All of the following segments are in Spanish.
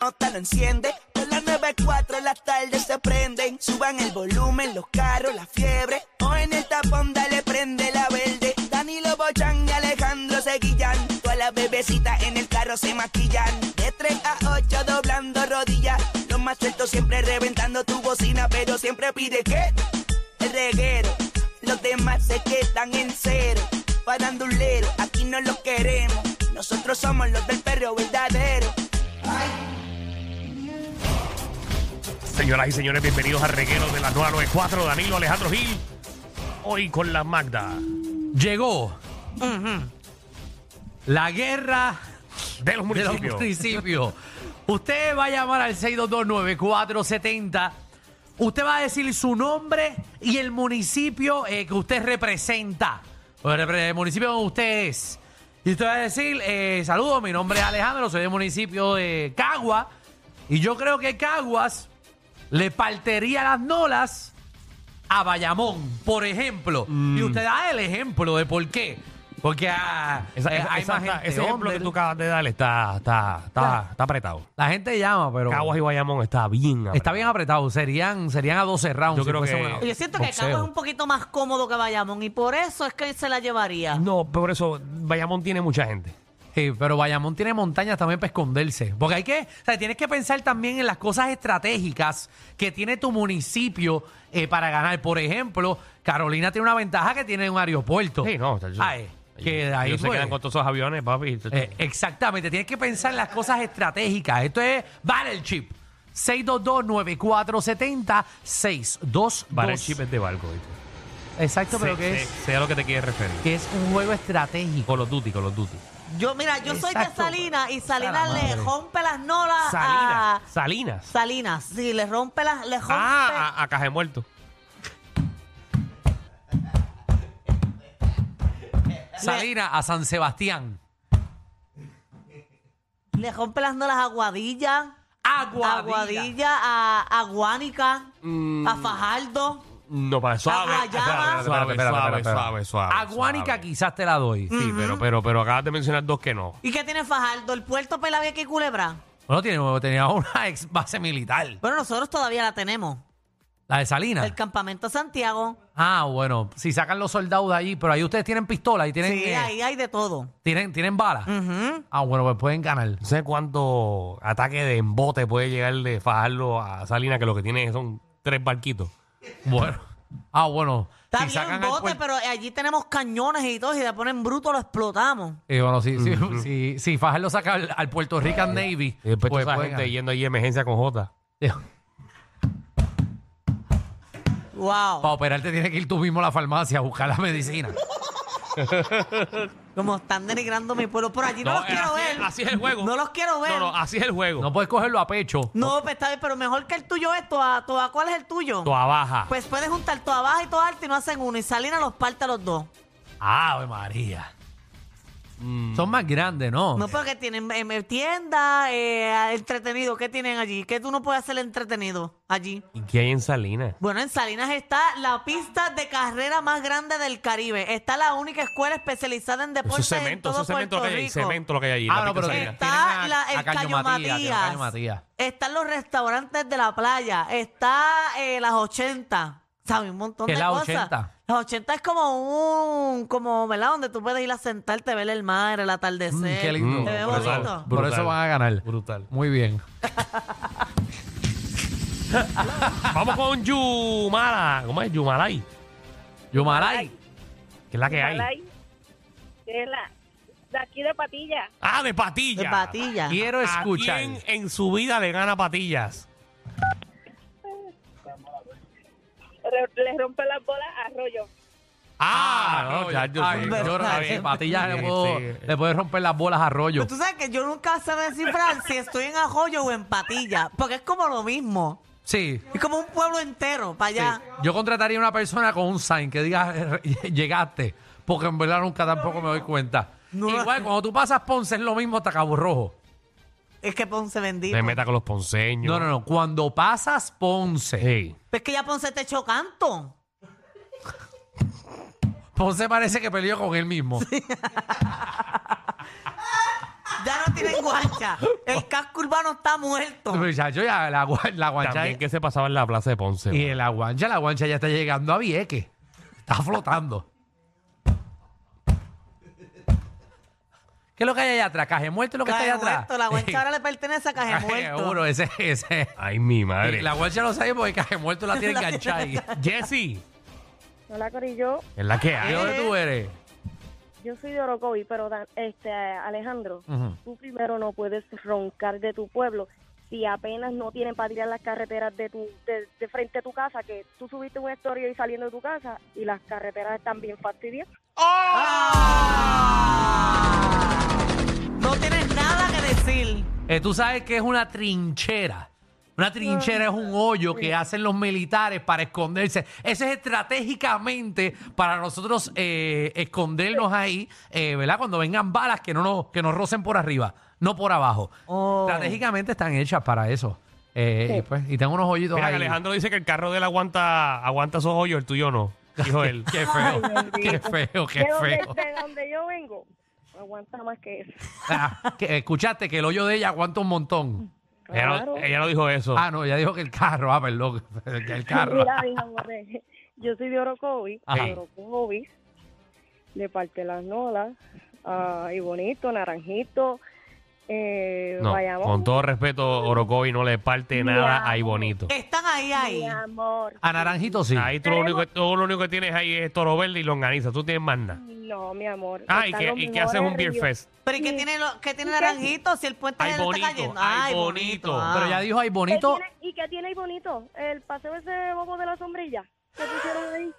nota lo enciende. Por las 94 las tardes se prenden. Suban el volumen, los carros, la fiebre. O en el tapón dale prende la verde. Danilo Bochan y Alejandro se guillan. Todas las bebecitas en el carro se maquillan. De 3 a 8 doblando rodillas. Los más sueltos siempre reventando tu bocina. Pero siempre pide que el reguero. Los demás se quedan en cero. Parandulero, aquí no los queremos. Nosotros somos los del perro verdadero. Señoras y señores, bienvenidos a Reguero de la 994, Danilo Alejandro Gil. Hoy con la Magda Llegó la guerra de los de los municipios. municipios. Usted va a llamar al 6229470. Usted va a decir su nombre y el municipio eh, que usted representa. O El repre- el municipio donde usted es. Y usted va a decir, eh, saludos, mi nombre es Alejandro, soy del municipio de Cagua. Y yo creo que Caguas le partiría las nolas a Bayamón, por ejemplo. Mm. Y usted da el ejemplo de por qué. Porque ah, Esa- eh, esa- hay esa- más gente. ese ejemplo hombre. que tú acabas de dar está, está, está, está apretado. La gente llama, pero Caguas y Bayamón está bien apretado. está bien apretado. Serían, serían a 12 rounds. Yo creo fuese que- una- Yo siento que Boxeo. Cabo es un poquito más cómodo que Bayamón y por eso es que se la llevaría. No, por eso Bayamón tiene mucha gente. Sí, pero Bayamón tiene montañas también para esconderse. Porque hay que, o sea, tienes que pensar también en las cosas estratégicas que tiene tu municipio eh, para ganar. Por ejemplo, Carolina tiene una ventaja que tiene un aeropuerto. Sí, no. chacho. Ay, que Ellos ahí se pues, quedan con todos esos aviones, papi. Eh, exactamente, tienes que pensar en las cosas estratégicas. Esto es Battleship. 622-9470. 622. Para el chip es de barco. ¿viste? Exacto, pero Sé- que sé- es, sé a lo que te quieres referir. que es un juego estratégico. Con los duty, con los duty. Yo, mira, yo soy de Exacto. Salinas y A Salinas la le madre. rompe las Ah, nolas a Salinas. Salinas. Salinas. Sí, le rompe las, le rompe. Ah, a, a Caja de Muerto. Salina a San Sebastián. Le rompe las nolas a Guadilla, Aguadilla. a Guadilla, a, a Guánica, a Fajardo. No, Ah, para suave. Guayama. Espérate, Espérate, Suave, suave, espérate, espérate, espérate. suave, Ah, suave. A Guánica suave. quizás te la doy. Mm. Sí, pero, pero, pero acabas de mencionar dos que no. ¿Y qué tiene Fajardo? ¿El puerto Pelavieca y Culebra? Bueno, tiene- tenía una ex base militar. Bueno, nosotros todavía la tenemos. La de Salinas. El campamento Santiago. Ah, bueno, si sacan los soldados de allí, pero ahí ustedes tienen pistola y tienen, Sí, eh, ahí Mm. hay de todo. tienen, tienen balas. Ujú. Ah, bueno, pues pueden ganar. No sé cuánto ataque de embote puede llegar de fajarlo a Salina, que lo que tiene son tres barquitos. Bueno. Ah, bueno. Está si bien sacan al bote, puer- pero allí tenemos cañones y todo, y de ponen bruto lo explotamos. Eh, bueno, si, si, si, si Fajardo saca al, al Puerto Rican Navy, Y después pues toda esa pueden gente yendo allí de emergencia con Jota. ganar. Wow. Para operarte tienes que ir tú mismo a la farmacia a buscar la medicina. Como están denigrando mi pueblo. Por allí no, los eh, quiero así es- ver. así es el juego. No los quiero ver. No, ah, no, No, así es el juego. No puedes cogerlo a pecho. pues, está bien, pero mejor que el tuyo es Toa. Toa, ¿cuál es el tuyo? Toa baja. Pues puedes juntar Toa baja y Toa alta y no hacen uno. Y Salina los parte a los dos. Ave María. Mm. Son más grandes, ¿no? No, porque tienen em, em, tienda, eh, entretenido. ¿Qué tienen allí? ¿Qué tú no puedes hacer entretenido allí? ¿Y qué hay en Salina? Bueno, en Salinas está la pista de carrera más grande del Caribe. Está la única escuela especializada en Eso es deportes en cemento, eso todo es cemento Puerto lo que hay ahí, Rico. cemento lo que hay allí. Ah, la no, pista pero de tienen- Salina. Está tienen a- la- el a Cayo Cayo Matías, tienen a Cayo Matías. Matías. Están los restaurantes de la playa. Está eh, las 80. ¿Sabes? Un montón ¿Qué de es la cosas. 80? Las 80 es como un, como, ¿verdad? Donde tú puedes ir a sentarte, ver el mar, el atardecer. Mm, qué lindo. Te ve Brutal. bonito. Por Brutal. eso van a ganar. Brutal. Muy bien. Vamos con Yumala. ¿Cómo es? Yumalay. Yumaray. Que es la que hay. Malay, que es la de aquí de Patilla. Ah, de patillas. De patilla. Quiero ¿A escuchar. quién en su vida le gana patillas? Re- Le rompe las bolas a Arroyo. Ah, no, ya Ay, yo sé. yo creo Está que bien. Patillas le Sí, puedo- sí. le puede romper las bolas a rollo. Pero Pues tú sabes que yo nunca sé descifrar si estoy en Arroyo o en Patilla. Porque es como lo mismo. Sí. Es como un pueblo entero para sí. allá. Yo contrataría una persona con un sign que diga llegaste, porque en verdad nunca tampoco me doy cuenta. No. Igual cuando tú pasas Ponce es lo mismo hasta Cabo Rojo. Es que Ponce bendito. Se meta con los ponceños. No, no, no. Cuando pasas Ponce, Ey. Pero Pues Es que ya Ponce te echó canto. Ponce parece que peleó con él mismo. Ya no tienen guacha. El casco urbano está muerto. Muchacho, ya la, gua- la guancha. También que se pasaba en la plaza de Ponce. eh. Y la guancha, la guancha ya está llegando a Vieques. Está flotando. ¿Qué es lo que hay allá atrás? ¿Caje muerto es lo que Caje está allá muerto. atrás? La guancha ahora le pertenece a Caje Muerto. Seguro, ese, ese. Ay, mi madre. La guancha lo sabe porque Caje muerto la tiene La tiene enganchada ahí. Jessy, Hola, Corillo. es la que ¿De hay. Eh. dónde tú eres? Yo soy de Orocovi, pero Dan- este Alejandro, Ujú. tú primero no puedes roncar de tu pueblo si apenas no tienen para tirar las carreteras de tu de, de frente a tu casa, que tú subiste una historia y saliendo de tu casa y las carreteras están bien fastidiadas. Ah. No tienes nada que decir. Eh, tú sabes que es una trinchera. Una trinchera es un hoyo que hacen los militares para esconderse. Ese es estratégicamente para nosotros eh, escondernos ahí, eh, ¿verdad? Cuando vengan balas que no nos, que nos rocen por arriba, no por abajo. Oh. Estratégicamente están hechas para eso. Eh, y, pues, y tengo unos hoyitos Mira, que ahí. Alejandro dice que el carro de él aguanta, aguanta esos hoyos, el tuyo no. Dijo él. Qué feo, bendito. qué feo, qué De donde, feo. de donde yo vengo, no aguanta más que eso. Ah, que- escuchaste que el hoyo de ella aguanta un montón. ella, no, Claro. ella no dijo eso. Ah, no, ya dijo que el carro, ah, perdón, que el carro. Mira, mis amores, yo soy de Orocovi, Ajá. de Orocovi, de parte de las nolas, a Ibonito, Naranjito, eh, no, Bayamón. con todo respeto, Orocovi no le parte nada ahí bonito. Están ahí, ahí. Mi amor. A Naranjito sí. Ahí tú lo, único, tú lo único que tienes ahí es toro verde y longaniza. Tú tienes más nada. No, mi amor. Ah, y están que, los y que haces un mejores beer ríos. fest. Pero ¿y qué tiene, lo- qué tiene Naranjito si el puente Ay, se le bonito, está cayendo? ay, bonito. ah. Pero ya dijo ahí ¿Qué bonito. tiene- ¿Y qué tiene ahí bonito? El paseo ese bobo de la sombrilla. ¿Qué pusieron ahí?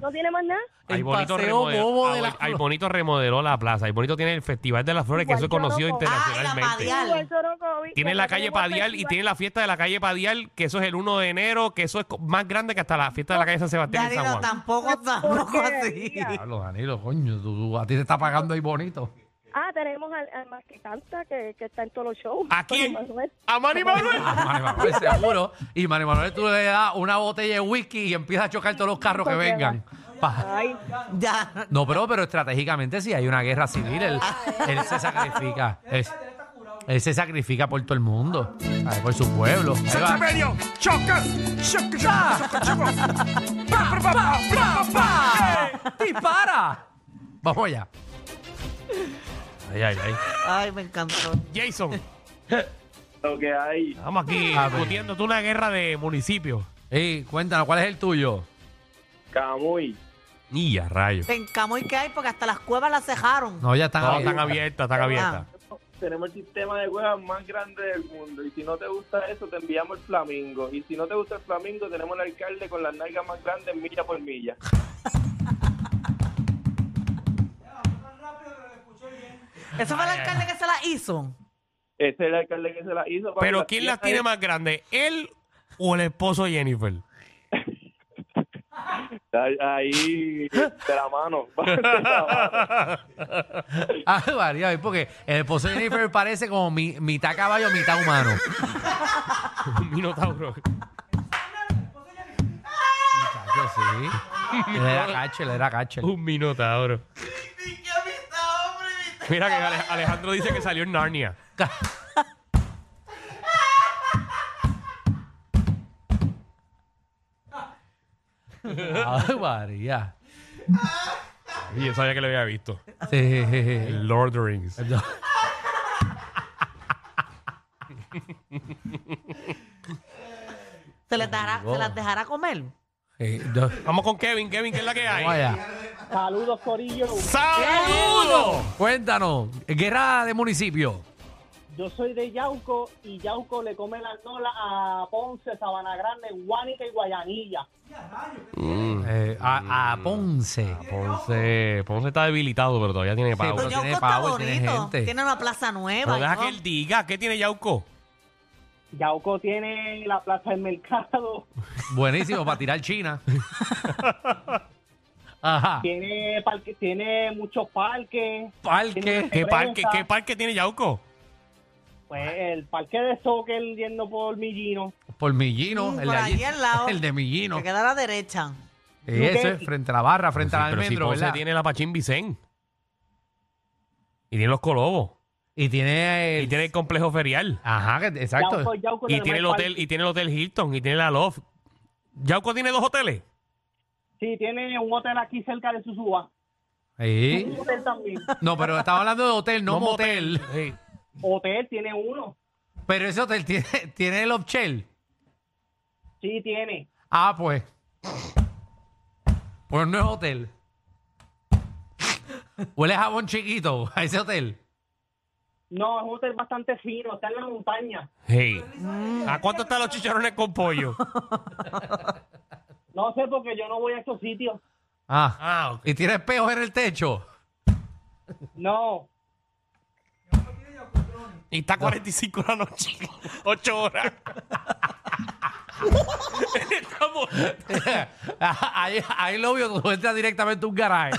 ¿No tiene más nada? El Ahí bonito, paseo remodeló, bobo de ah, la- Ay Bonito remodeló la plaza. Ahí bonito tiene el Festival de las Flores, que Igual eso es yo no conocido como. Ah, y la internacionalmente. Padial. Dale. Igual Sorocovi, Tiene que la no calle tenemos Padial y festival. tiene la fiesta de la calle Padial, que eso es el 1 de enero, que eso es co- más grande que hasta la fiesta de la calle San Sebastián en Danilo, San Juan. tampoco, tampoco así. porquería. Diablo, Danilo, coño, tú- tú- a ti te está pagando ahí bonito. Ah, tenemos al, al más que canta, que, que está en todos los shows. ¿A quién? Don Manuel. ¡A Manny Manuel! A Manny Manuel seguro. Y Mani Manuel tú le das una botella de whisky y empiezas a chocar todos los carros que vengan. Pa- Ay, Ya. No, pero, pero estratégicamente si hay una guerra civil, él, él se sacrifica. Él, él se sacrifica por todo el mundo, Ay, por su pueblo. Ahí va. medio! ¡Choca! ¡Choca! ¡Choca! ¡Choca! ¡Pa, pa, pa, pa, pa! ¡Eh! ¡Dispara! Vamos allá. Ay, ay, ay. Ay, me encantó. Jason, lo que hay. estamos aquí A ver. discutiendo tú una guerra de municipios. Y cuéntanos, ¿cuál es el tuyo? Camuy. Y a rayos. En Camuy que hay porque hasta las cuevas las cejaron. No, ya están No, abiertas. están abiertas, están abiertas. Tenemos el sistema de cuevas más grande del mundo. Y si no te gusta eso, te enviamos el flamingo. Y si no te gusta el flamingo, tenemos el alcalde con las nalgas más grandes milla por milla. Eso fue el alcalde que se la hizo. Ese es el alcalde que se las hizo. papi. Pero ¿quién las tiene es- más grandes? ¿Él o el esposo de Jennifer? Ahí- Ahí, de la mano. de la Ah, María, ¿y porque el esposo de Jennifer parece como mi- mitad caballo, mitad humano. Un minotauro. Muchacho, sí. Él era cacho, él era cacho. Un minotauro. Mira que Ale- Alejandro dice que salió en Narnia. Ay, Ah, María. Y yo sabía que lo había visto. Sí, sí, sí. El Lord of the Rings. Se les, dará, se las dejará comer. Sí, no. Vamos con Kevin. Kevin, ¿qué es la que Eh, Vamos hay? allá. saludos, Corillo. ¡Saludos! Cuéntanos, guerra de municipio. Yo soy de Yauco y Yauco le come la nola a Ponce, Sabana Grande, Guánica y Guayanilla. Eh, a, a Ponce. Ponce, Ponce está debilitado, pero todavía tiene power. power. Pero tiene Yauco está power, tiene bonito. gente. Tiene, una plaza nueva. Pero y deja todo. que él diga, ¿qué tiene Yauco? Yauco tiene la Plaza del Mercado, Buenísimo, para tirar China. Ajá. tiene parque, tiene muchos parques, Parque. ¿Qué Prensa. parque, ¿Qué parque tiene Yauco? pues el parque de soccer yendo por Millino. Por Millino. Mm, el, por de allí allí- al lado. el de Millino. Que queda a la derecha. Y ese, frente a la barra, frente Pero al si metro, Ponce ¿verdad? tiene la Pachín Vicen. Y tiene los colobos. Y tiene. Y tiene el complejo ferial. Ajá, que- exacto. Yauco, Yauco Y tiene tiene el más hotel, y tiene el hotel Hilton, y tiene la Love. Yauco tiene dos hoteles. parques. Sí, tiene un hotel aquí cerca de Susúa. Sí. Un hotel también. No, pero estaba hablando de hotel, no, motel. Sí. Hotel tiene uno. Pero ese hotel tiene, tiene el upshell. Sí, tiene. Ah, pues. Pues no es hotel. Huele a jabón chiquito a ese hotel. No, es un hotel bastante fino, está en la montaña. Sí. ¿A cuánto están los chicharrones con pollo? No sé porque yo no voy a esos sitios. Ah. Ah, ok. Y tiene espejos en el techo. No. Y está 45 de la noche. 8 horas. Estamos. ahí, ahí lo vio, tú entras directamente a un garaje.